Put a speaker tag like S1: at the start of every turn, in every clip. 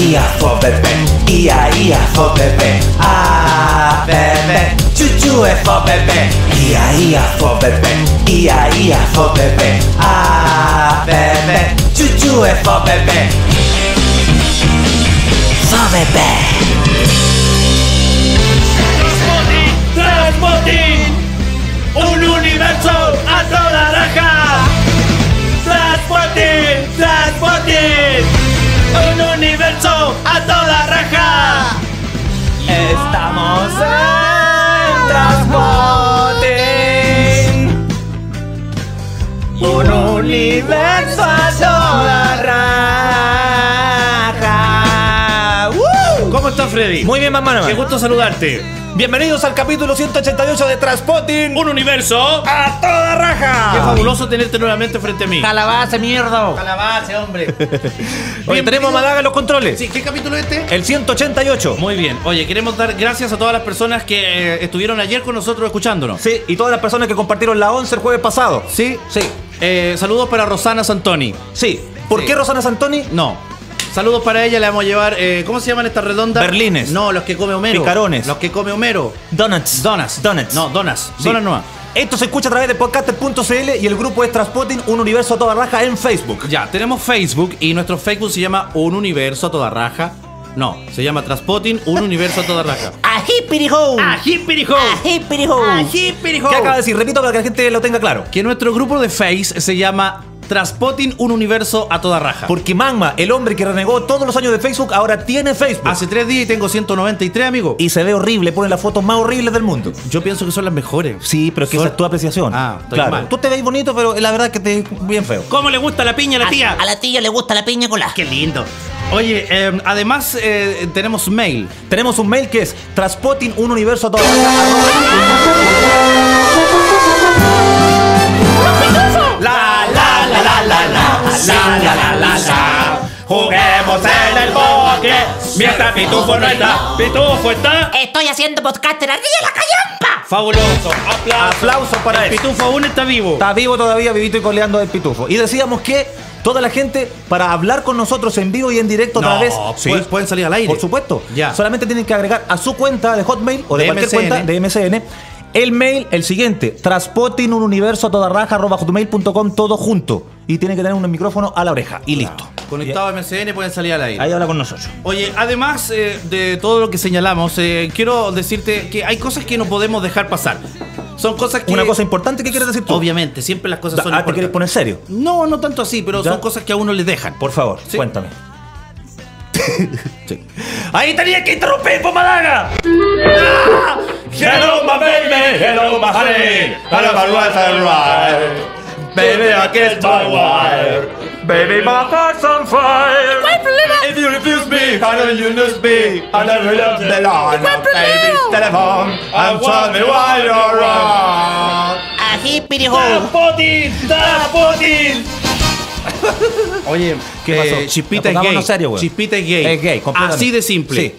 S1: ia, for bebé, ia, ia, for bebé, ah, bebé, chuchu es for bebé, ia, ia, for bebé, ia, ia, for bebé, ah, bebé, chuchu es for bebé, for bebé.
S2: Transmotín, un universo a toda raja. Transmotín, Transmotín, un universo a toda raja. Estamos en Transmotín, un universo a toda raja. ¡Woo!
S3: ¿Cómo estás, Freddy?
S2: Muy bien, mamá.
S3: Qué gusto saludarte.
S2: Bienvenidos al capítulo 188 de Ah. Transpotting.
S3: Un universo.
S2: ¡A toda
S3: Qué
S2: raja!
S3: fabuloso tenerte nuevamente frente a mí.
S2: ¡Calabaza, mierda!
S3: Calabaza, hombre.
S2: Hoy
S3: Bien,
S2: tenemos a Madaga en los controles.
S3: Sí, ¿qué capítulo es este?
S2: El 188.
S3: Muy bien. Oye, queremos dar gracias a todas las personas que eh, estuvieron ayer con nosotros escuchándonos.
S2: Sí, y todas las personas que compartieron la 11 el jueves pasado.
S3: Sí.
S2: Sí,
S3: Eh, saludos para Rosana Santoni.
S2: sí. ¿Por
S3: Sí.
S2: qué Rosana Santoni?
S3: No. Saludos para ella, le vamos a llevar. eh, ¿Cómo se llaman estas redondas?
S2: Berlines.
S3: No, los que come Homero.
S2: Picarones.
S3: Los que come Homero.
S2: Donuts.
S3: Donas.
S2: Donuts.
S3: No, donas.
S2: Sí.
S3: Donas nomás.
S2: Esto se escucha a través de podcaster.cl y el grupo es Transpotting Un Universo a Toda Raja en Facebook.
S3: Ya, tenemos Facebook y nuestro Facebook se llama Un Universo a toda raja. No, se llama Transpotting Un Universo a toda raja.
S2: ¡A hippity ho!
S3: hippity ho!
S2: hippity ho!
S3: hippity
S2: ¿Qué acaba de decir? Repito para que la gente lo tenga claro.
S3: Que nuestro grupo de Face se llama Transpotting Un Universo a toda raja.
S2: Porque Magma, el hombre que renegó todos los años de Facebook, ahora tiene Facebook.
S3: Hace tres días y tengo 193, amigo. Y
S2: y se ve horrible, ponen las fotos más horribles del mundo.
S3: yo pienso que son las mejores.
S2: Sí, pero es que
S3: Son-
S2: esa es tu apreciación.
S3: Ah, estoy
S2: claro.
S3: mal.
S2: Tú te ves bonito, pero la verdad es que te ves bien feo.
S3: ¿Cómo le gusta la piña a la tía?
S4: A la tía le gusta la piña colada.
S3: Qué lindo. Oye, eh, además eh, tenemos mail.
S2: Tenemos un mail que es Transpotting un universo a toda raja.
S3: La la la la la la la la la la. Juguemos en el bosque mientras pitufo no está. Pitufo está.
S4: Estoy haciendo podcaster aquí en la callampa.
S3: Fabuloso. Aplausos.
S2: Aplausos para él.
S3: Pitufo aún está vivo.
S2: Está vivo todavía, vivito y coleando del pitufo. Y decíamos que toda la gente, para hablar con nosotros en vivo y en directo
S3: No,
S2: otra vez,
S3: pues, pueden salir al aire.
S2: Por supuesto.
S3: Ya.
S2: Solamente tienen que agregar a su cuenta de Hotmail o de,
S3: De
S2: cualquier
S3: MSN.
S2: cuenta de MSN. El mail, el siguiente, Transpotting un universo a toda raja, arroba hotmail.com, todo junto. Y tiene que tener un micrófono a la oreja. Y listo.
S3: Conectado a MCN pueden salir al aire.
S2: Ahí habla con nosotros.
S3: Oye, además eh, de todo lo que señalamos, eh, quiero decirte que hay cosas que no podemos dejar pasar. Son cosas que.
S2: Una cosa importante que quieres decir tú.
S3: Obviamente, siempre las cosas
S2: Da-
S3: son
S2: ah, te
S3: importantes.
S2: quieres poner serio.
S3: No, no tanto así, pero
S2: Ya.
S3: son cosas que a uno le dejan.
S2: Por favor,
S3: Sí.
S2: cuéntame.
S3: ¡Ahí tenía que interrumpir, pues, pomadaga! ¡Ah!
S5: Hello, my baby. Hello, my honey. Hello, my wife and right. Baby, I guess my wife. Baby, my heart's on fire. If you refuse me, I know you lose me. I never love the line. Baby, telephone. I'm telling me why you're wrong.
S4: A hippity
S3: Oye,
S2: ¿Qué pasó?
S3: Chispita es
S2: Pongámonos
S3: gay.
S2: serio, weón.
S3: Chispita es gay.
S2: Es gay, completamente.
S3: Así de simple.
S2: Sí.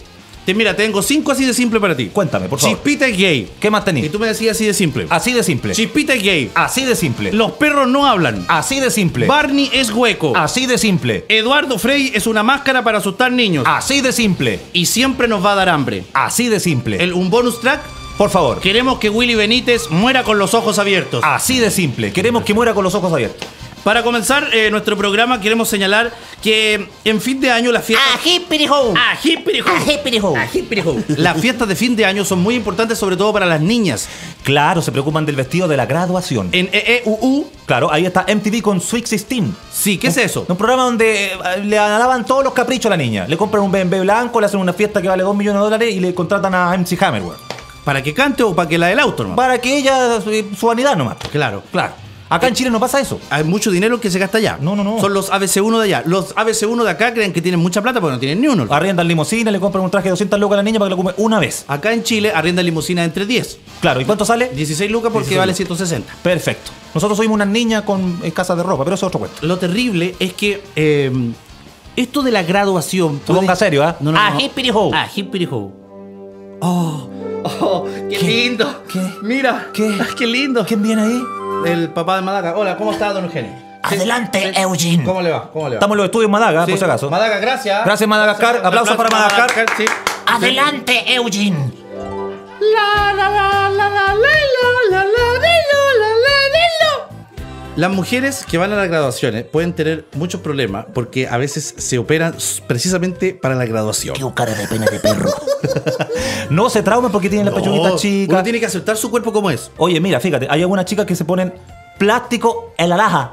S3: Te, mira, tengo cinco así de simple para ti.
S2: Cuéntame, por favor.
S3: Chispita es gay.
S2: ¿Qué más
S3: Y
S2: tenéis?
S3: tú me decías así de simple.
S2: Así de simple.
S3: Chispita es gay.
S2: Así de simple.
S3: Los perros no hablan.
S2: Así de simple.
S3: Barney es hueco.
S2: Así de simple.
S3: Eduardo Frey es una máscara para asustar niños.
S2: Así de simple.
S3: Y siempre nos va a dar hambre.
S2: Así de simple.
S3: El, un bonus track.
S2: Por favor.
S3: Queremos que Willy Benítez muera con los ojos abiertos.
S2: Así de simple. Queremos que muera con los ojos abiertos.
S3: Para comenzar eh, nuestro programa queremos señalar que en fin de año las
S4: A
S3: fiestas...
S4: hippity ho.
S3: Ah, hippity hoo.
S4: A hippity ho.
S3: Ah, hippity hoo. Las fiestas de fin de año son muy importantes, sobre todo para las niñas.
S2: Claro, se preocupan del vestido de la graduación.
S3: En EEUU,
S2: Claro, ahí está MTV con Sweet 16.
S3: sí, ¿qué es eso?
S2: Un programa donde eh, le alaban todos los caprichos a la niña. Le compran un BMW blanco, le hacen una fiesta que vale 2 millones de dólares y le contratan a MC Hammerworth.
S3: ¿Para que cante o para que la del auto nomás?
S2: Para que ella, eh, su vanidad nomás.
S3: Claro. Eh,
S2: Claro. Acá en Chile no pasa eso.
S3: Hay mucho dinero que se gasta allá.
S2: No, no, no.
S3: Son los ABC1 de allá. Los ABC1 de acá creen que tienen mucha plata porque no tienen ni uno.
S2: Arriendan limusina, le compran un traje de 200 lucas a la niña para que lo come una vez.
S3: Acá en Chile arriendan limusina entre 10.
S2: Claro, ¿y cuánto sale?
S3: 16 lucas porque
S2: 16
S3: vale
S2: lucas.
S3: 160.
S2: Perfecto. Nosotros somos unas niñas con eh, casas de ropa, pero eso es otro cuento.
S3: Lo terrible es que eh, esto de la graduación. puede-
S2: pongas serio, ¿ah?
S3: No, no,
S4: A
S3: no.
S4: hippity ho.
S3: Ah, hippity ho. Oh, oh, qué, lindo.
S2: ¿Qué?
S3: Mira, Ah,
S2: ¿Qué?
S3: qué lindo.
S2: ¿Quién viene ahí?
S3: El papá de Madaga. Hola, ¿cómo está, don Eugenio?
S4: Adelante, Eugene.
S2: ¿Cómo le va? ¿Cómo le va?
S3: Eh, Estamos en los estudios Madaga, por si acaso.
S2: Madaga, gracias.
S3: Gracias, Madagascar.
S2: Un
S3: Aplausos para Madagascar.
S2: sí.
S4: Adelante, Eugene.
S2: Las mujeres que van a las graduaciones pueden tener muchos problemas porque a veces se operan precisamente para la graduación.
S4: Qué cara de pena de perro.
S3: No se traumen porque tienen la pechuguita
S2: No,
S3: chica.
S2: Uno tiene que aceptar su cuerpo como es.
S3: Oye, mira, fíjate, hay algunas chicas que se ponen plástico en la laja.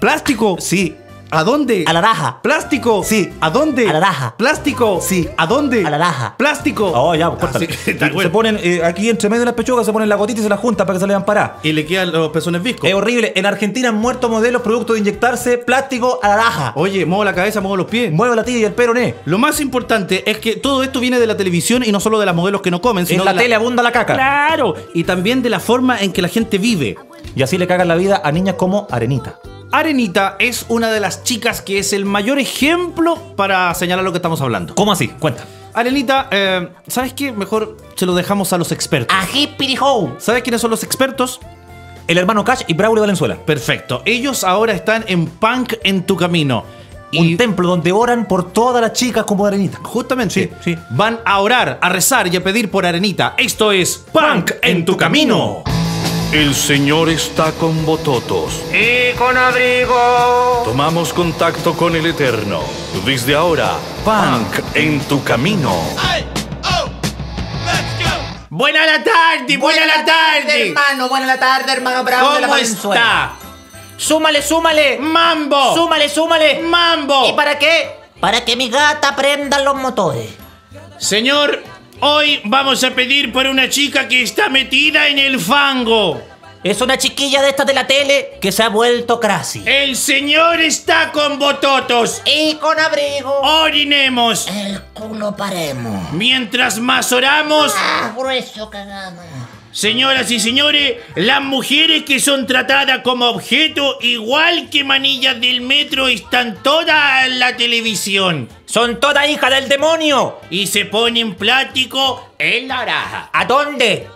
S2: ¡Plástico!
S3: Sí,
S2: ¿A dónde?
S4: A la raja.
S2: ¡Plástico!
S3: Sí.
S2: ¿A dónde?
S4: A la raja.
S2: ¡Plástico! Sí. ¿A dónde?
S4: A la raja.
S2: ¡Plástico!
S3: Oh, ya, córtale.
S2: Ah, sí, tal
S3: se
S2: cual.
S3: ponen eh, aquí entre medio de las pechugas, se ponen la gotita y se la juntan para que se le paradas.
S2: Y le quedan los pezones viscos.
S3: Es horrible. En Argentina han muerto modelos producto de inyectarse plástico a la raja.
S2: Oye, muevo la cabeza, muevo los pies.
S3: Mueve la tía y el peroné.
S2: Lo más importante es que todo esto viene de la televisión y no solo de las modelos que no comen, sino
S3: En la,
S2: de
S3: tele abunda la caca.
S2: Claro, y también de la forma en que la gente vive.
S3: Y así le cagan la vida a niñas como Arenita.
S2: Arenita es una de las chicas que es el mayor ejemplo para señalar lo que estamos hablando.
S3: ¿Cómo así? Cuenta.
S2: Arenita, eh, ¿sabes qué? Mejor se lo dejamos a los expertos.
S4: A hippity ho.
S2: ¿Sabes quiénes son los expertos?
S3: El hermano Cash y Braulio Valenzuela.
S2: Perfecto. Ellos ahora están en Punk en tu camino. Y
S3: Un templo donde oran por todas las chicas como Arenita.
S2: justamente
S3: Sí, sí.
S2: van a orar, a rezar y a pedir por Arenita. Esto es Punk en tu camino.
S6: El señor está con bototos.
S7: Y con abrigo.
S6: Tomamos contacto con el Eterno. Desde ahora, Punk en tu camino.
S2: Buena la tarde, buena la tarde.
S4: hermano. Buena la tarde, hermano Bravo de la
S2: ¿Cómo
S4: Valenzuela.
S2: está?
S4: Súmale, súmale.
S2: Mambo.
S4: Súmale, súmale.
S2: Mambo.
S4: para qué? Para que mi gata prenda los motores.
S2: Señor, hoy vamos a pedir por una chica que está metida en el fango.
S4: Es una chiquilla de estas de la tele que se ha vuelto crazy.
S2: El señor está con bototos.
S4: Y con abrigo.
S2: Orinemos.
S4: El culo paremos.
S2: Mientras más oramos,
S4: Ah, grueso cagamos.
S2: señoras y señores, las mujeres que son tratadas como objeto igual que manillas del metro están todas en la televisión.
S4: Son todas hijas del demonio.
S2: Y se ponen plástico en la raja.
S4: ¿A dónde?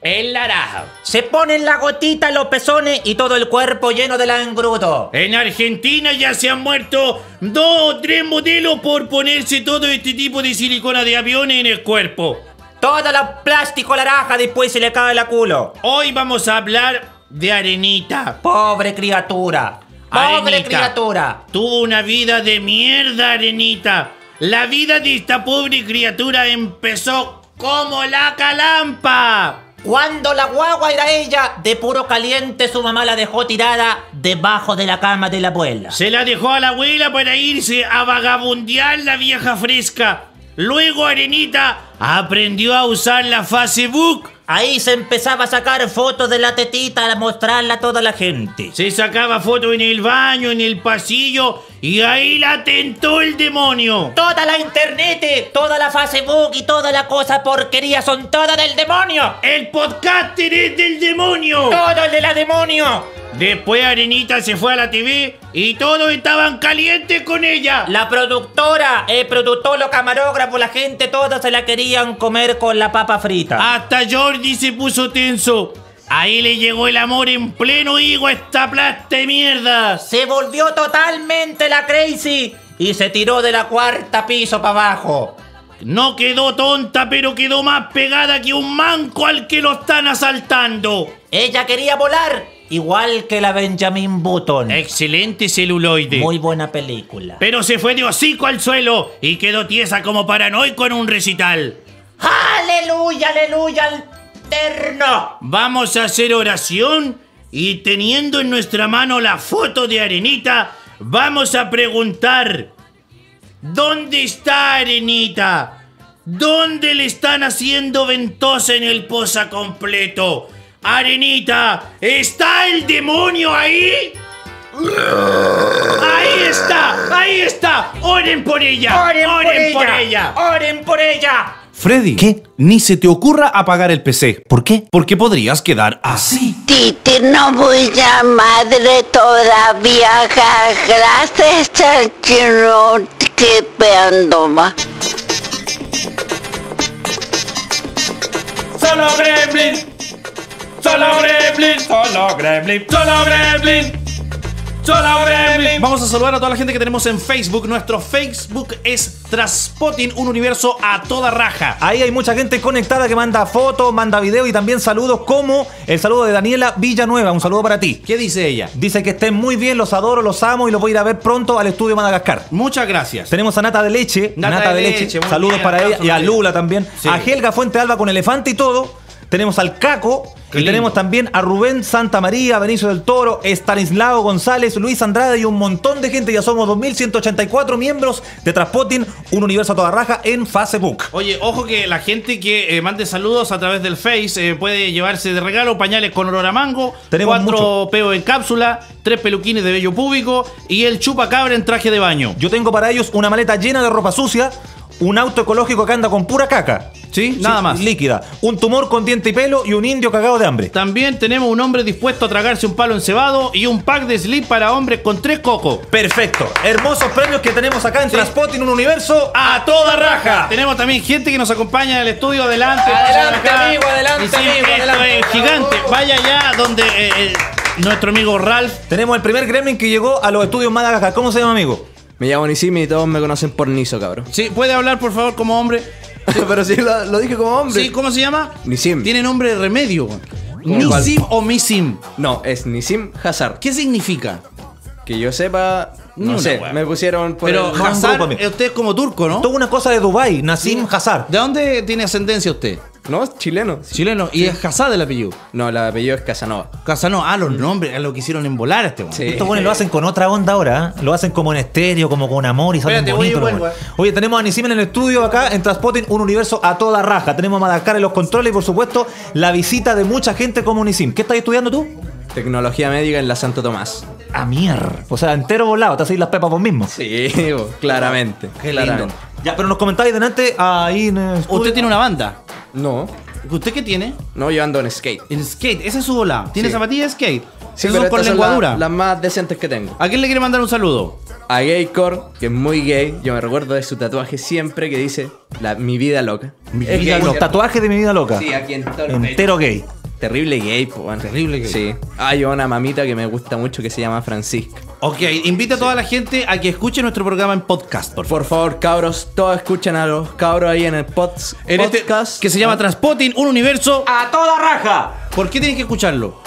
S2: En la raja.
S4: Se ponen la gotita en los pezones y todo el cuerpo lleno de langrudo.
S2: En Argentina ya se han muerto dos o tres modelos por ponerse todo este tipo de silicona de aviones en el cuerpo.
S4: Toda la plástico naranja después se le cae la culo.
S2: Hoy vamos a hablar de Arenita.
S4: Pobre criatura. Pobre
S2: Arenita.
S4: criatura.
S2: Tuvo una vida de mierda, Arenita. La vida de esta pobre criatura empezó como la calampa.
S4: Cuando la guagua era ella, de puro caliente su mamá la dejó tirada debajo de la cama de la abuela.
S2: Se la dejó a la abuela para irse a vagabundear la vieja fresca. Luego Arenita aprendió a usar la Facebook.
S4: Ahí se empezaba a sacar fotos de la tetita a mostrarla a toda la gente.
S2: Se sacaba foto en el baño, en el pasillo, y ahí la tentó el demonio.
S4: Toda la internet, toda la Facebook y toda la cosa porquería son todas del demonio.
S2: ¡El podcaster es del demonio!
S4: Todo el de la demonio.
S2: Después Arenita se fue a la TV y todos estaban calientes con ella.
S4: La productora, el productor, los camarógrafos, la gente, todos se la querían comer con la papa frita.
S2: Hasta Jordi se puso tenso. Ahí le llegó el amor en pleno higo a esta plasta de mierdas.
S4: Se volvió totalmente la crazy y se tiró de la cuarta piso para abajo.
S2: No quedó tonta, pero quedó más pegada que un manco al que lo están asaltando.
S4: Ella quería volar, igual que la Benjamin Button.
S2: Excelente celuloide.
S4: Muy buena película.
S2: Pero se fue de hocico al suelo y quedó tiesa como paranoico en un recital.
S4: ¡Aleluya, aleluya, alterno!
S2: Vamos a hacer oración y teniendo en nuestra mano la foto de Arenita, vamos a preguntar, ¿dónde está Arenita? ¿Dónde le están haciendo ventosa en el posa completo? Arenita, ¿está el demonio ahí? Ahí está, ahí está. Oren por ella. oren por ella.
S4: ¡Oren por ella!
S2: Freddy, ¿qué? Ni se te ocurra apagar el PC. ¿Por qué? Porque podrías quedar así.
S8: Titi, no voy a madre todavía. ja, Gracias al que no te peando más.
S7: Solo gremlin. Solo gremlin. Solo gremlin. Solo gremlin.
S2: Vamos a saludar a toda la gente que tenemos en Facebook. Nuestro Facebook es Traspotting, un universo a toda raja.
S3: Ahí hay mucha gente conectada que manda fotos, manda videos y también saludos como el saludo de Daniela Villanueva. Un saludo para ti.
S2: ¿Qué dice ella?
S3: Dice que estén muy bien, los adoro, los amo y los voy a ir a ver pronto al estudio Madagascar.
S2: Muchas gracias.
S3: Tenemos a Nata de Leche.
S2: Nata
S3: Nata,
S2: de
S3: de,
S2: Leche,
S3: Leche.
S2: muy
S3: Saludos
S2: bien,
S3: para ella.
S2: aplausos
S3: Y a
S2: para ella.
S3: Lula también.
S2: Sí.
S3: A Helga Fuente Alba con elefante y todo. Tenemos al Caco.
S2: Qué
S3: y
S2: lindo.
S3: tenemos también a Rubén Santa María, Benicio del Toro, Estanislao González, Luis Andrade y un montón de gente. Ya somos 2.184 miembros de Traspotting, un universo a toda raja en Facebook.
S2: Oye, ojo que la gente que eh, mande saludos a través del Face eh, puede llevarse de regalo pañales con olor a mango,
S3: Tenemos
S2: cuatro
S3: mucho.
S2: peos en cápsula, tres peluquines de vello público y el chupacabra en traje de baño.
S3: Yo tengo para ellos una maleta llena de ropa sucia, un auto ecológico que anda con pura caca.
S2: ¿Sí? Nada más.
S3: Líquida. Un tumor con diente y pelo y un indio cagado de hambre.
S2: También tenemos un hombre dispuesto a tragarse un palo encebado y un pack de slip para hombres con tres cocos.
S3: Perfecto. Hermosos premios que tenemos acá en Transport en un universo.
S2: ¡A toda raja! Tenemos también gente que nos acompaña en el estudio. Adelante, adelante, amigo, adelante, amigo. es gigante. Vaya allá donde eh, eh, nuestro amigo Ralph
S3: Tenemos el primer gremlin que llegó a los estudios Madagascar. ¿Cómo se llama, amigo?
S9: Me llamo Nisimi y todos me conocen por Niso, cabrón.
S2: Sí, puede hablar por favor como hombre.
S9: Pero si lo, lo dije como hombre.
S2: Sí, ¿cómo se llama?
S9: Nisim.
S2: Tiene nombre de remedio. weón.
S9: cuál?
S2: Nisim o Misim.
S9: No, es Nisim Hazard.
S2: ¿Qué significa?
S9: Que yo sepa,
S2: Ni
S9: no
S2: una
S9: sé,
S2: hueá.
S9: me pusieron por
S2: Pero
S9: el-
S3: no,
S2: Hazar,
S3: grupo, amigo.
S2: eh, usted es como turco, ¿no?
S3: Toda una cosa de Dubai, Nassim Hazard.
S2: ¿De dónde tiene ascendencia usted?
S9: No, es chileno.
S2: Chileno. ¿Y es Hazar del apellido?
S9: No, el apellido es Casanova.
S2: Casano. Ah, los nombres, a lo que hicieron en volar a este weón.
S9: Sí.
S3: Estos buenos lo hacen con otra onda ahora, ¿eh? lo hacen como en estéreo, como con amor y salen
S2: Espérate, voy y
S3: bonitos. los
S2: vuelvo, eh.
S3: buenos. Oye, tenemos a Nisim en el estudio acá en Transpotting, un universo a toda raja. Tenemos a Madagascar en los controles y por supuesto la visita de mucha gente como Nisim. ¿Qué estás estudiando tú?
S9: Tecnología médica en la Santo Tomás.
S3: A mierda. O sea, entero volado, te hacéis las pepas vos mismo.
S9: Sí, bo, claramente.
S2: Qué lindo.
S9: claramente.
S3: Ya, pero nos comentáis delante ahí en el estudio.
S2: Usted tiene una banda.
S9: No,
S2: ¿Usted qué tiene?
S9: no, yo ando en skate.
S2: El skate. Esa es su bola. ¿Tiene
S9: Sí.
S2: zapatillas de skate?
S9: Sí, pero
S2: Esas son con
S9: estas son la-
S2: lenguadura.
S9: las más decentes que tengo.
S2: ¿A quién le quiere mandar un saludo?
S9: A Gaycore, que es muy gay, yo me recuerdo de su tatuaje siempre que dice la, mi vida loca. Mi
S3: Vida loca. Tatuaje de mi vida loca.
S9: Sí, aquí en todo el pecho.
S3: Entero gay.
S9: Terrible gay, po, bueno.
S2: Terrible gay.
S9: Sí. Hay una mamita que me gusta mucho que se llama Francisca.
S2: Ok, invita a toda la gente a que escuche nuestro programa en podcast, por favor.
S9: Por favor, cabros, todos escuchan a los cabros ahí en el pods-
S2: En este
S9: podcast. ¿Ah?
S2: que se llama Transpotting, un universo a toda raja. ¿Por qué tienen que escucharlo?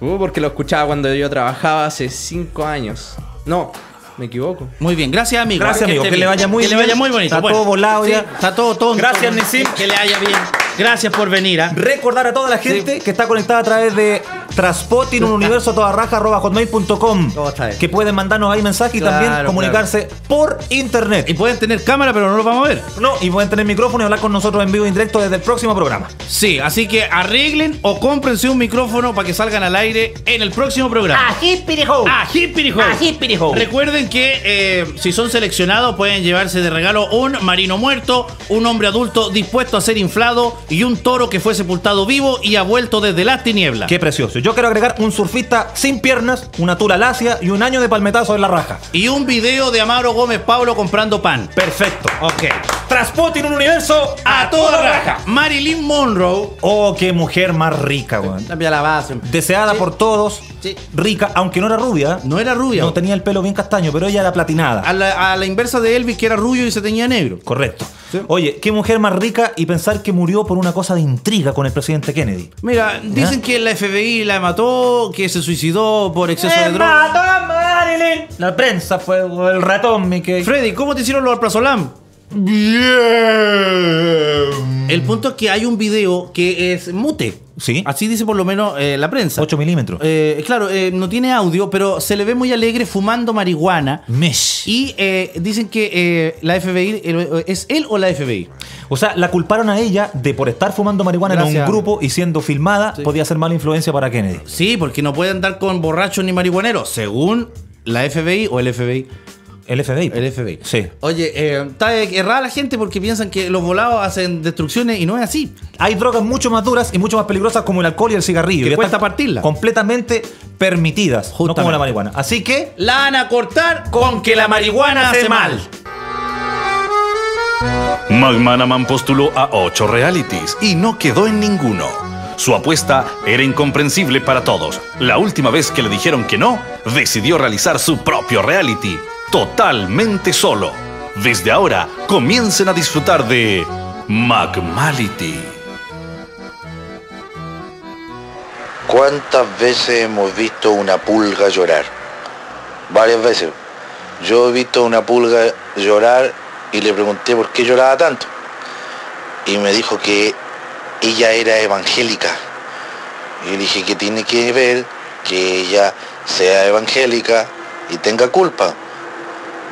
S9: Uh, porque lo escuchaba cuando yo trabajaba hace cinco años. No, me equivoco.
S2: Muy bien, gracias amigo.
S3: Gracias, amigo. Que
S2: esté bien.
S3: le vaya muy
S2: Que le
S3: bien.
S2: vaya muy bonito.
S3: Está todo volado ya.
S2: Está todo tonto.
S3: Gracias, Nisim.
S2: Que le haya bien. Gracias por venir. ¿ah?
S3: Recordar a toda la gente que está conectada a través de Traspotting, un universo toda raja, arroba hotmail.com,
S2: Todo está bien.
S3: que pueden mandarnos ahí mensajes y también
S2: Claro,
S3: comunicarse por internet.
S2: Y pueden tener cámara, pero no lo vamos a ver.
S3: Y- No, y pueden tener micrófono y hablar con nosotros en vivo y en directo desde el próximo programa.
S2: Sí, así que arreglen o cómprense un micrófono para que salgan al aire en el próximo programa.
S10: Ají, pirijo.
S2: Ah, hippity ho.
S10: Ah, hippity ho.
S2: Recuerden que eh, si son seleccionados pueden llevarse de regalo un marino muerto, un hombre adulto dispuesto a ser inflado y un toro que fue sepultado vivo y ha vuelto desde las tinieblas.
S3: Qué precioso. Yo quiero agregar un surfista sin piernas, una tula lacia y un año de palmetazo en la raja.
S2: Y un video de Amaro Gómez Pablo comprando pan.
S3: Perfecto.
S2: Ok.
S3: Traspotting, un universo
S2: A toda raja. Marilyn Monroe.
S3: Oh, qué mujer más rica, weón.
S2: Cambia la base.
S3: Deseada por todos,
S2: Sí.
S3: rica, aunque no era rubia.
S2: No era rubia.
S3: No tenía el pelo bien castaño, pero ella era platinada.
S2: a, la, a la inversa de Elvis que era rubio y se tenía negro.
S3: Correcto. Oye, qué mujer más rica y pensar que murió por una cosa de intriga con el presidente Kennedy.
S2: Mira, dicen que la FBI la mató, que se suicidó por exceso de drogas.
S3: La prensa fue el ratón, mi que.
S2: Freddy, ¿cómo te hicieron los alprazolam? Bien. El punto es que hay un video que es mute.
S3: Sí.
S2: Así dice por lo menos eh, la prensa.
S3: 8 milímetros.
S2: Eh, claro, eh, no tiene audio, pero se le ve muy alegre fumando marihuana.
S3: Mesh.
S2: Y eh, dicen que eh, la FBI, el- ¿es él o la FBI?
S3: O sea, la culparon a ella de por estar fumando marihuana en
S2: Gracias.
S3: un grupo y siendo filmada, podía ser mala influencia para Kennedy.
S2: Sí, porque no puede andar con borrachos ni marihuaneros, según la FBI o el FBI.
S3: El FBI.
S2: El FBI.
S3: pues. Sí.
S2: Oye, eh, está errada la gente porque piensan que los volados hacen destrucciones y no es así.
S3: Hay drogas mucho más duras y mucho más peligrosas como el alcohol y el cigarrillo.
S2: Que
S3: están
S2: cuesta partirla.
S3: Completamente permitidas, no como
S2: Justamente.
S3: la marihuana. Así que.
S2: La van a cortar con que la marihuana hace mal.
S11: Magmanaman postuló a ocho realities y no quedó en ninguno. Su apuesta era incomprensible para todos. La última vez que le dijeron que no, decidió realizar su propio reality, totalmente solo. Desde ahora, comiencen a disfrutar de Magmality.
S12: ¿Cuántas veces hemos visto una pulga llorar? Varias veces. Yo he visto una pulga llorar y le pregunté por qué lloraba tanto. Y me dijo que ella era evangélica. Y le dije que tiene que ver que ella sea evangélica y tenga culpa.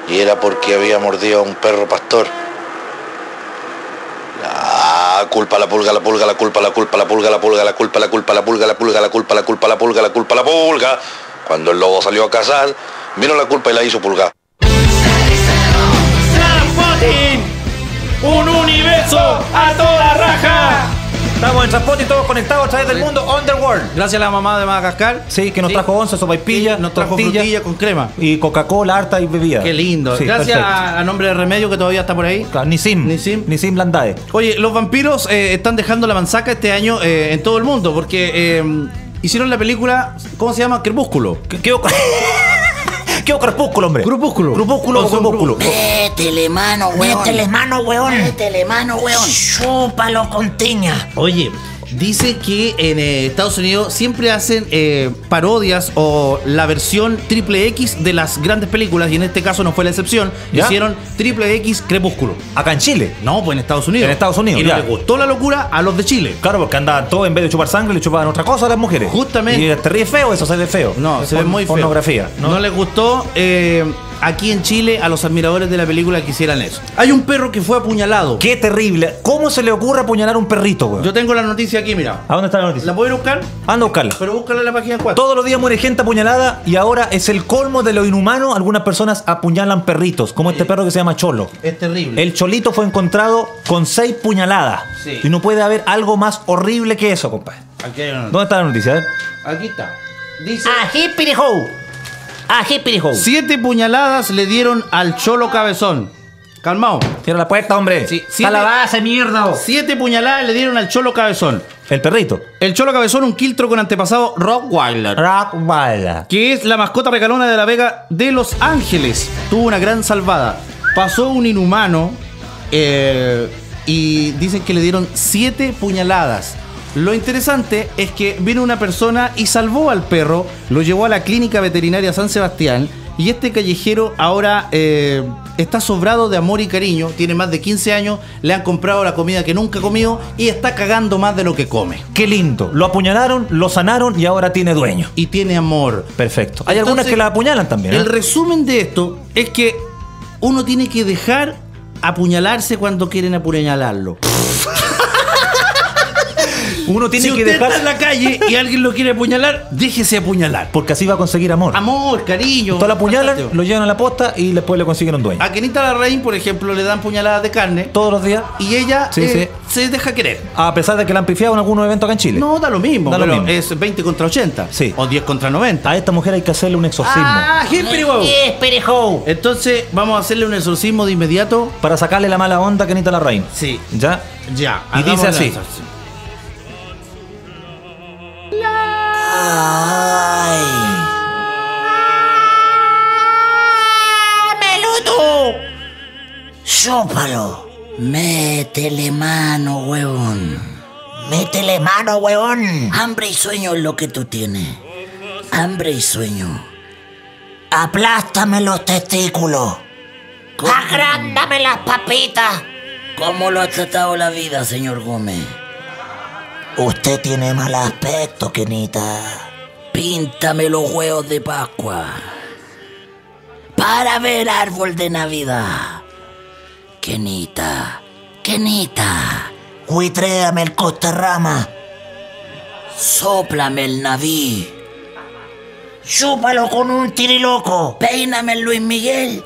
S12: Y era porque había mordido a un perro pastor. La Ah, culpa, la pulga, la pulga, la culpa, la culpa, la pulga, la pulga, la culpa, la culpa, la pulga, la pulga, la culpa, la culpa, la pulga, la culpa, la pulga. Cuando el lobo salió a cazar, vino la culpa y la hizo pulgar.
S13: Transpotin, un universo a toda raja.
S2: Estamos en transporte y todos conectados a través del mundo Underworld.
S3: Gracias a la mamá de Madagascar.
S2: Sí, que nos trajo once, sopaipilla,
S3: Nos trajo
S2: tortilla
S3: frutilla con crema.
S2: y Coca-Cola, harta y bebida.
S3: Qué lindo.
S2: Sí,
S3: Gracias
S2: perfecto.
S3: a, a nombre de Remedio que todavía está por ahí.
S2: Claro, Nisim.
S3: Nisim.
S2: Nisim Landae.
S3: Oye, los vampiros eh, están dejando la manzaca este año eh, en todo el mundo porque eh, hicieron la película, ¿cómo se llama? Crepúsculo.
S2: ¿Qué, qué, oc- qué crepúsculo, hombre?
S3: Crepúsculo.
S2: Crepúsculo o crepúsculo.
S4: Métele mano, weón.
S14: Métele mano, weón.
S4: Métele mano, weón.
S14: Chúpalo con tiña.
S3: Oye, dice que en eh, Estados Unidos siempre hacen eh, parodias o la versión triple X de las grandes películas y en este caso no fue la excepción.
S2: ¿Ya?
S3: Hicieron triple X Crepúsculo.
S2: Acá en Chile.
S3: No, pues en Estados Unidos.
S2: En Estados Unidos,
S3: Y no
S2: ya.
S3: les gustó la locura a los de Chile.
S2: Claro, porque andaban todos en vez de chupar sangre, le chupaban otra cosa a las mujeres.
S3: Justamente.
S2: Y te ríes feo eso, se ve feo.
S3: No,
S2: Es
S3: se ve
S2: porn-
S3: muy feo.
S2: Pornografía.
S3: No, les gustó eh, aquí en Chile a los admiradores de la película que hicieran eso. Hay un perro que fue apuñalado.
S2: Qué terrible. ¿Cómo se le ocurre apuñalar a un perrito, weón?
S3: Yo tengo la noticia aquí, mira.
S2: ¿A dónde está la noticia?
S3: ¿La puedo buscar?
S2: Anda a buscarla.
S3: Pero búscala en la página 4.
S2: Todos los días muere gente apuñalada y ahora es el colmo de lo inhumano. Algunas personas apuñalan perritos, como este perro que se llama Cholo.
S3: Es terrible.
S2: El cholito fue encontrado con seis puñaladas.
S3: Sí.
S2: Y no puede haber algo más horrible que eso, compadre.
S3: Aquí, hay una-
S2: ¿Dónde está la noticia? A ver.
S3: aquí está. Dice...
S14: A hippity ho.
S2: Ah,
S14: A hippity ho.
S3: Siete puñaladas le dieron al Cholo Cabezón. Calmao.
S2: Cierra la puerta, hombre.
S3: Sí,
S14: Está
S3: siete,
S14: la base, mierda. vos.
S3: siete puñaladas le dieron al Cholo Cabezón.
S2: El perrito.
S3: El Cholo Cabezón, un quiltro con antepasado Rottweiler.
S2: Rottweiler.
S3: que es la mascota regalona de la Vega de Los Ángeles. Tuvo una gran salvada. Pasó un inhumano eh, y dicen que le dieron siete puñaladas. Lo interesante es que vino una persona y salvó al perro, lo llevó a la clínica veterinaria San Sebastián y este callejero ahora eh, está sobrado de amor y cariño, tiene más de 15 años, le han comprado la comida que nunca comió y está cagando más de lo que come.
S2: Qué lindo. Lo apuñalaron, lo sanaron y ahora tiene dueño.
S3: Y tiene amor.
S2: Perfecto. Hay
S3: Entonces,
S2: algunas que la apuñalan también. ¿eh?
S3: El resumen de esto es que uno tiene que dejar apuñalarse cuando quieren apuñalarlo.
S2: Uno tiene
S3: si
S2: que
S3: usted
S2: dejar.
S3: está en la calle y alguien lo quiere apuñalar, déjese apuñalar.
S2: Porque así va a conseguir amor.
S3: Amor, cariño. Ah.
S2: Todos la apuñalan,
S3: fantástico.
S2: lo llevan a la posta y después le consiguen un dueño.
S3: A Kenita Larraín, por ejemplo, le dan puñaladas de carne
S2: Todos los días,
S3: y ella
S2: Sí,
S3: eh, se deja querer.
S2: a pesar de que la han pifiado en algunos eventos acá en Chile.
S3: No, da lo mismo.
S2: Da lo
S3: pero
S2: mismo.
S3: Es 20 contra 80.
S2: Sí.
S3: O 10 contra 90.
S2: A esta mujer hay que hacerle un exorcismo.
S3: ¡Ah, hippie, wow!
S14: Hippity ho.
S3: Entonces, vamos a hacerle un exorcismo de inmediato.
S2: Para sacarle la mala onda a Kenita Larraín.
S3: Sí.
S2: ¿Ya?
S3: Ya.
S2: Y dice
S3: hagámoslo
S2: así.
S3: entonces.
S14: Meludo. Chúpalo.
S4: Métele mano, weón.
S14: Métele mano, weón.
S4: Hambre y sueño es lo que tú tienes. Hambre y sueño.
S14: Aplástame los testículos. Agrándame las papitas.
S4: ¿Cómo lo ha tratado la vida, señor Gómez?
S14: Usted tiene mal aspecto, Kenita.
S4: Píntame los huevos de Pascua. Para ver árbol de Navidad. Kenita, Kenita,
S14: Huitréame el costarrama.
S4: sóplame el naví.
S14: Chúpalo con un tiriloco.
S4: Peíname el Luis Miguel.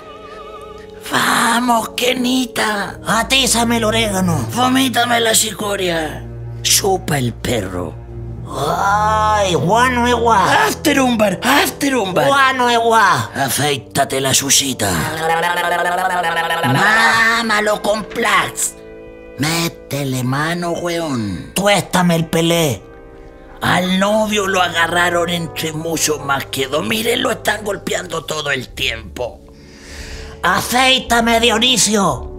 S4: Vamos, Kenita.
S14: Atízame el orégano.
S4: Vomítame la chicoria. Chupa el perro.
S14: Ay, guano igual.
S4: After umbar, after umbar.
S14: Guano igual.
S4: Afeítate la sushita. Mámalo con Plax. Métele mano, weón.
S14: Tuéstame el pelé.
S4: Al novio lo agarraron entre muchos más que dos. Miren, lo están golpeando todo el tiempo.
S15: ¡Aceítame, Dionisio!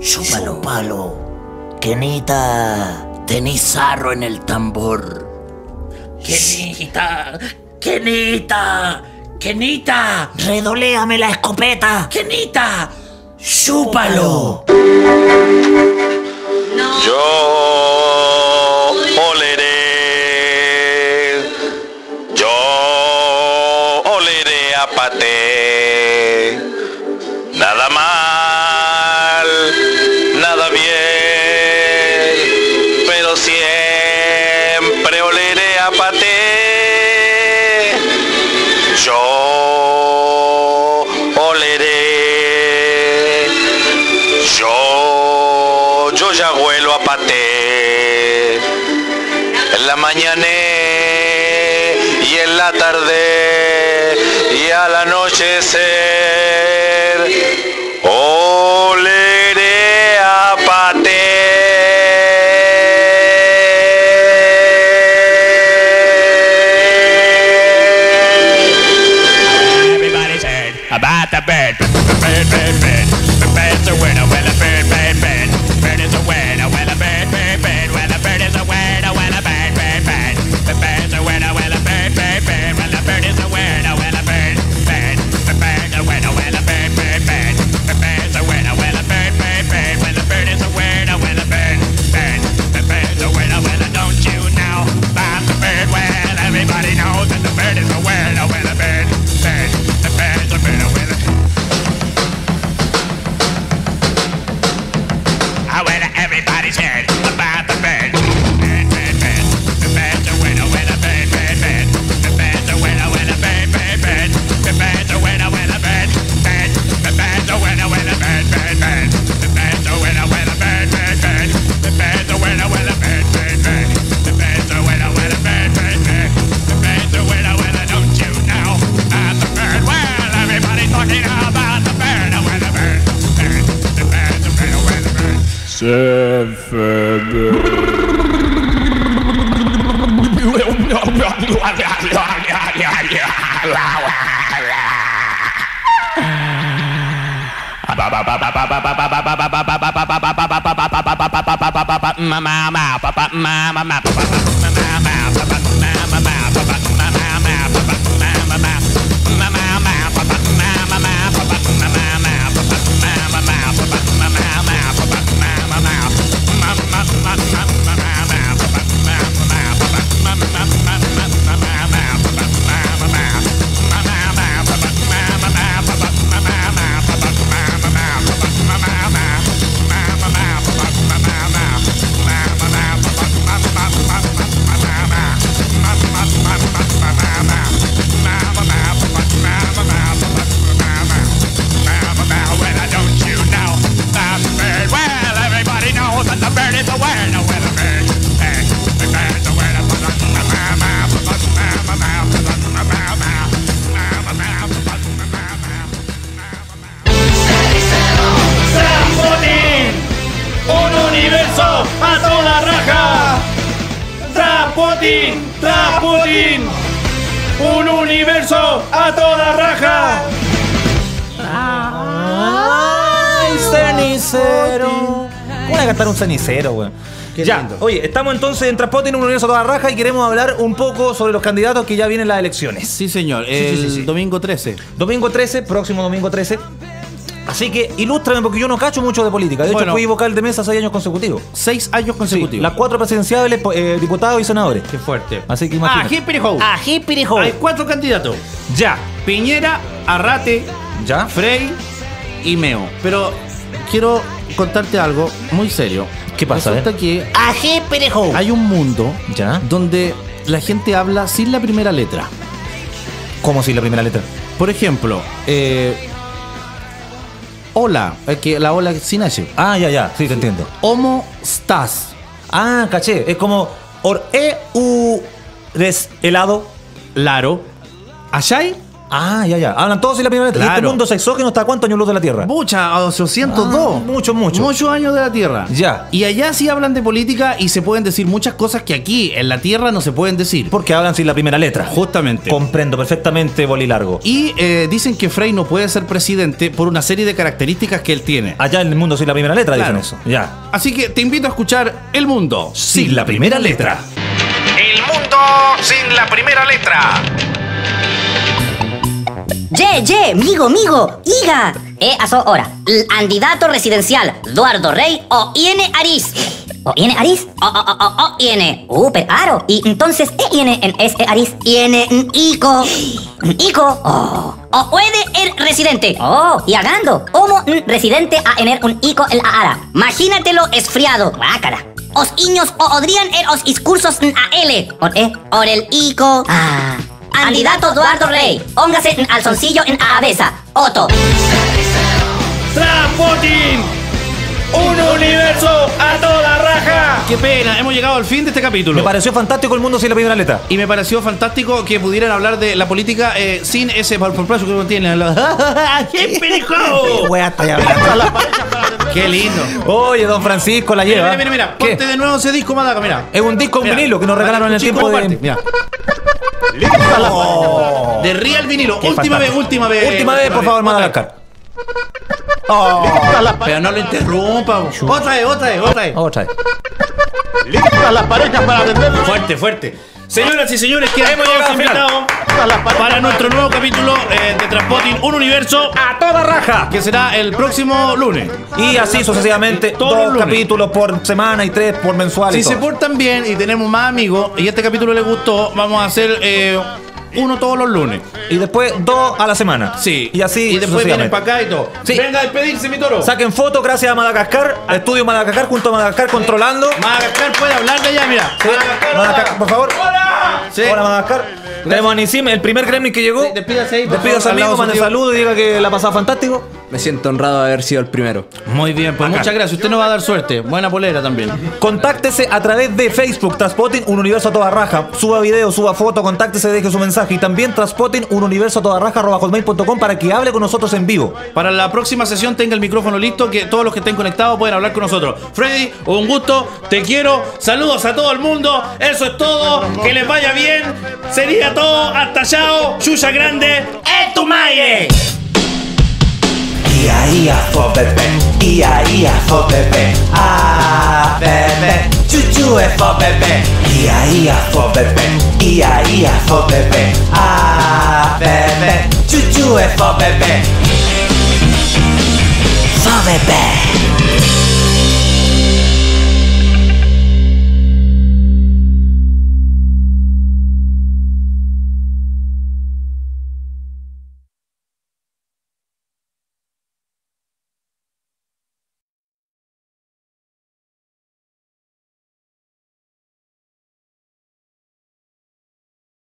S4: Chúpalo, palo. Kenita, tenés sarro en el tambor. Kenita, Kenita, Kenita.
S15: ¡Redoléame la escopeta!
S4: ¡Kenita! ¡Chúpalo!
S6: Yo oleré, yo oleré a Pate, nada mal, nada bien, pero siempre oleré a Pate, yo oleré, yo, yo ya huelo a paté. En la mañana y en la tarde y al anochecer. Oleré a paté.
S5: Everybody said about the bird. Bird, bird, bird. The bird's a winner. Well, a bird, bird, bird. Bird is a winner. Well, a bird, bird, bird. Well, a bird is a winner. Well, a bird, bird, bird. The bird's a winner. Well, a bird, bird, bird. Well, a bird is a winner. Well, a bird, bird. The bird's a winner. Well, a bird, bird, bird. The bird's a winner. Well, a bird, bird, bird. Well, a bird is a winner. Well, a bird, bird. The bird's a winner. Well, don't you know about the bird? Well, everybody knows that the bird is a winner. Well, a bird, bird. The bird's a winner. Well, a- I went everybody's head about the bed. Bed, bed, bed. The bed's a winner with a bed, bed, bed. The bed's a winner with a bed, bed, bed. The bed's a winner with a bed, bed. The bed's a winner with a bed, bed, bed. The bed's a winner with a bed, bed, bed. The bed's a winner with a bed, bed, bed. The bed's a winner with a bed, bed, bed. The bed's a winner with a don't you know about the bird? Well, everybody's talking about the bird, oh, with a bird, bird. The bed's a winner with a bird. Well, don't you know the bird? Well, everybody knows that the bird is a word. A well, a bird, bird, the bird's a word.
S2: Trapotín, un universo a toda raja. Trapotín, Trapotín, un universo a toda raja.
S3: ¡Ay, cenicero! ¿Cómo le cantar un cenicero, weón? ya, oye, estamos entonces en Transporte en un universo a toda raja y queremos hablar un poco sobre los candidatos que ya vienen las elecciones. Sí, señor,
S12: el
S3: domingo 13. Domingo 13, próximo domingo 13. Así que ilústrame porque yo no cacho mucho de política. De hecho,
S12: Bueno.
S3: fui vocal de mesa seis años consecutivos. Seis años consecutivos. las cuatro presidenciables, po- eh, diputados y senadores. Qué fuerte. Así que imagínate.
S12: Ah, Hippity Ho.
S3: Ah,
S12: Hay cuatro candidatos.
S3: Ya.
S12: Piñera, Arrate,
S3: ya.
S12: Frey y Meo. Pero quiero contarte algo muy serio.
S3: ¿Qué pasa,
S12: Resulta
S3: eh?
S12: que
S15: Ají, perejo.
S12: hay un mundo
S3: ¿Ya?
S12: donde la gente habla sin la primera letra.
S3: ¿Cómo sin la primera letra?
S12: Por ejemplo, eh, hola, eh, que la ola sin H.
S3: Ah, ya, ya, sí, te entiendo.
S12: Homo estás.
S3: Ah, caché. Es como or e u des helado.
S12: Laro. ¿Allá hay?
S3: Ah, ya, ya. Hablan todos en la primera letra. ¿Y este
S16: Claro.
S3: mundo es exógeno está a cuántos años luz de la Tierra? Ah,
S16: Mucha, a 802.
S3: mucho, mucho.
S16: Muchos años de la Tierra.
S3: Ya.
S16: Y allá sí hablan de política y se pueden decir muchas cosas que aquí en la Tierra no se pueden decir.
S3: Porque hablan sin la primera letra.
S16: Justamente.
S3: Comprendo perfectamente, Bolilargo.
S16: Y eh, dicen que Frey no puede ser presidente por una serie de características que él tiene.
S3: Allá en el mundo sin la primera letra
S16: Claro.
S3: dicen eso. Ya.
S16: Así que te invito a escuchar El Mundo
S3: Sin la primera letra.
S17: El mundo sin la primera letra.
S15: Ye, ye, migo, migo, iga. E a so hora. L candidato residencial, Eduardo Rey o Iene Ariz. ¿O Iene Ariz? O, o, o, o, o, Iene. Uh, pero claro. Y entonces, e Iene en es e Ariz. Iene en Ico. En Ico. Oh. O puede el residente. Oh, y agando. Como un residente a tener un Ico en la ara. Imagínatelo esfriado. Guácara. Os niños o odrían en os discursos en a L. Or, e, or el Ico. Ah. Candidato Eduardo Rey, póngase en alzoncillo en cabeza. Otto.
S2: ¡Trapotín! ¡Un universo a toda raja!
S16: Qué pena, hemos llegado al fin de este capítulo.
S3: Me pareció fantástico el mundo sin la primera letra.
S16: Y me pareció fantástico que pudieran hablar de la política eh, sin ese por plazo que uno tiene. ¡Ah,
S2: ¡Qué perico!
S16: Qué lindo.
S3: Oye, don Francisco la
S16: Mira,
S3: lleva.
S16: mira, mira, mira. ponte de nuevo ese disco, Madaca, mira.
S3: Es un disco, un
S16: Mira.
S3: vinilo que nos regalaron en el
S16: Chico,
S3: tiempo de.
S16: comparte. Mira. De Real Vinilo.
S3: Qué
S16: última
S3: fantástico.
S16: vez, última vez.
S3: Última vez, por favor, Madagascar.
S2: Oh.
S16: Pero no lo interrumpa. bo. Otra vez, otra vez, otra vez.
S3: Otra vez.
S2: Listas las parejas para venderlo. Fuerte, fuerte. Señoras y señores, quedamos todos invitados para nuestro nuevo capítulo eh, de Transpotting Un Universo a toda raja.
S16: Que será el próximo lunes.
S3: Y así sucesivamente,
S16: Todos los
S3: dos
S16: lunes.
S3: capítulos por semana y tres por mensual. y
S16: Si se
S3: todo.
S16: portan bien y tenemos más amigos y este capítulo les gustó, vamos a hacer eh, uno todos los lunes.
S3: Y después dos a la semana. Sí. Y así
S16: Y después vienen
S3: sucesivamente.
S16: para acá y todo.
S3: Sí.
S16: Venga a despedirse, mi toro.
S3: Saquen fotos gracias a Madagascar, a Estudio Madagascar junto a Madagascar controlando.
S16: Madagascar puede hablar de allá, mira. Madagascar,
S3: Madagascar, por favor. Hola. Hola Madagascar. Tenemos a Nisim, el primer gremlin que llegó.
S16: despídase ahí. por
S3: Despídase
S16: favor, al lado
S3: amigo,
S16: de su
S3: mande
S16: tío.
S3: saludos y diga que la ha pasado fantástico.
S9: Me siento honrado de haber sido el primero.
S16: Muy bien, pues muchas gracias. Usted nos va a dar suerte. Buena polera también.
S3: Contáctese a través de Facebook, Transpotting un universo a toda raja. Suba video, suba foto, contáctese, deje su mensaje. Y también Transpotting un universo a toda raja, arroba hotmail.com para que hable con nosotros en vivo.
S16: Para la próxima sesión tenga el micrófono listo, que todos los que estén conectados pueden hablar con nosotros. Freddy, un gusto, te quiero, saludos a todo el mundo, eso es todo, que les vaya bien, sería todo, hasta chao, chucha grande, ¡es tu maye!
S1: Ia ia fo bebe, ia ia fo bebe, a bebe, chuchu e fo bebe. Ia ia fo bebe, ia ia fo bebe, a bebe, chuchu e fo bebe. Fo bebe.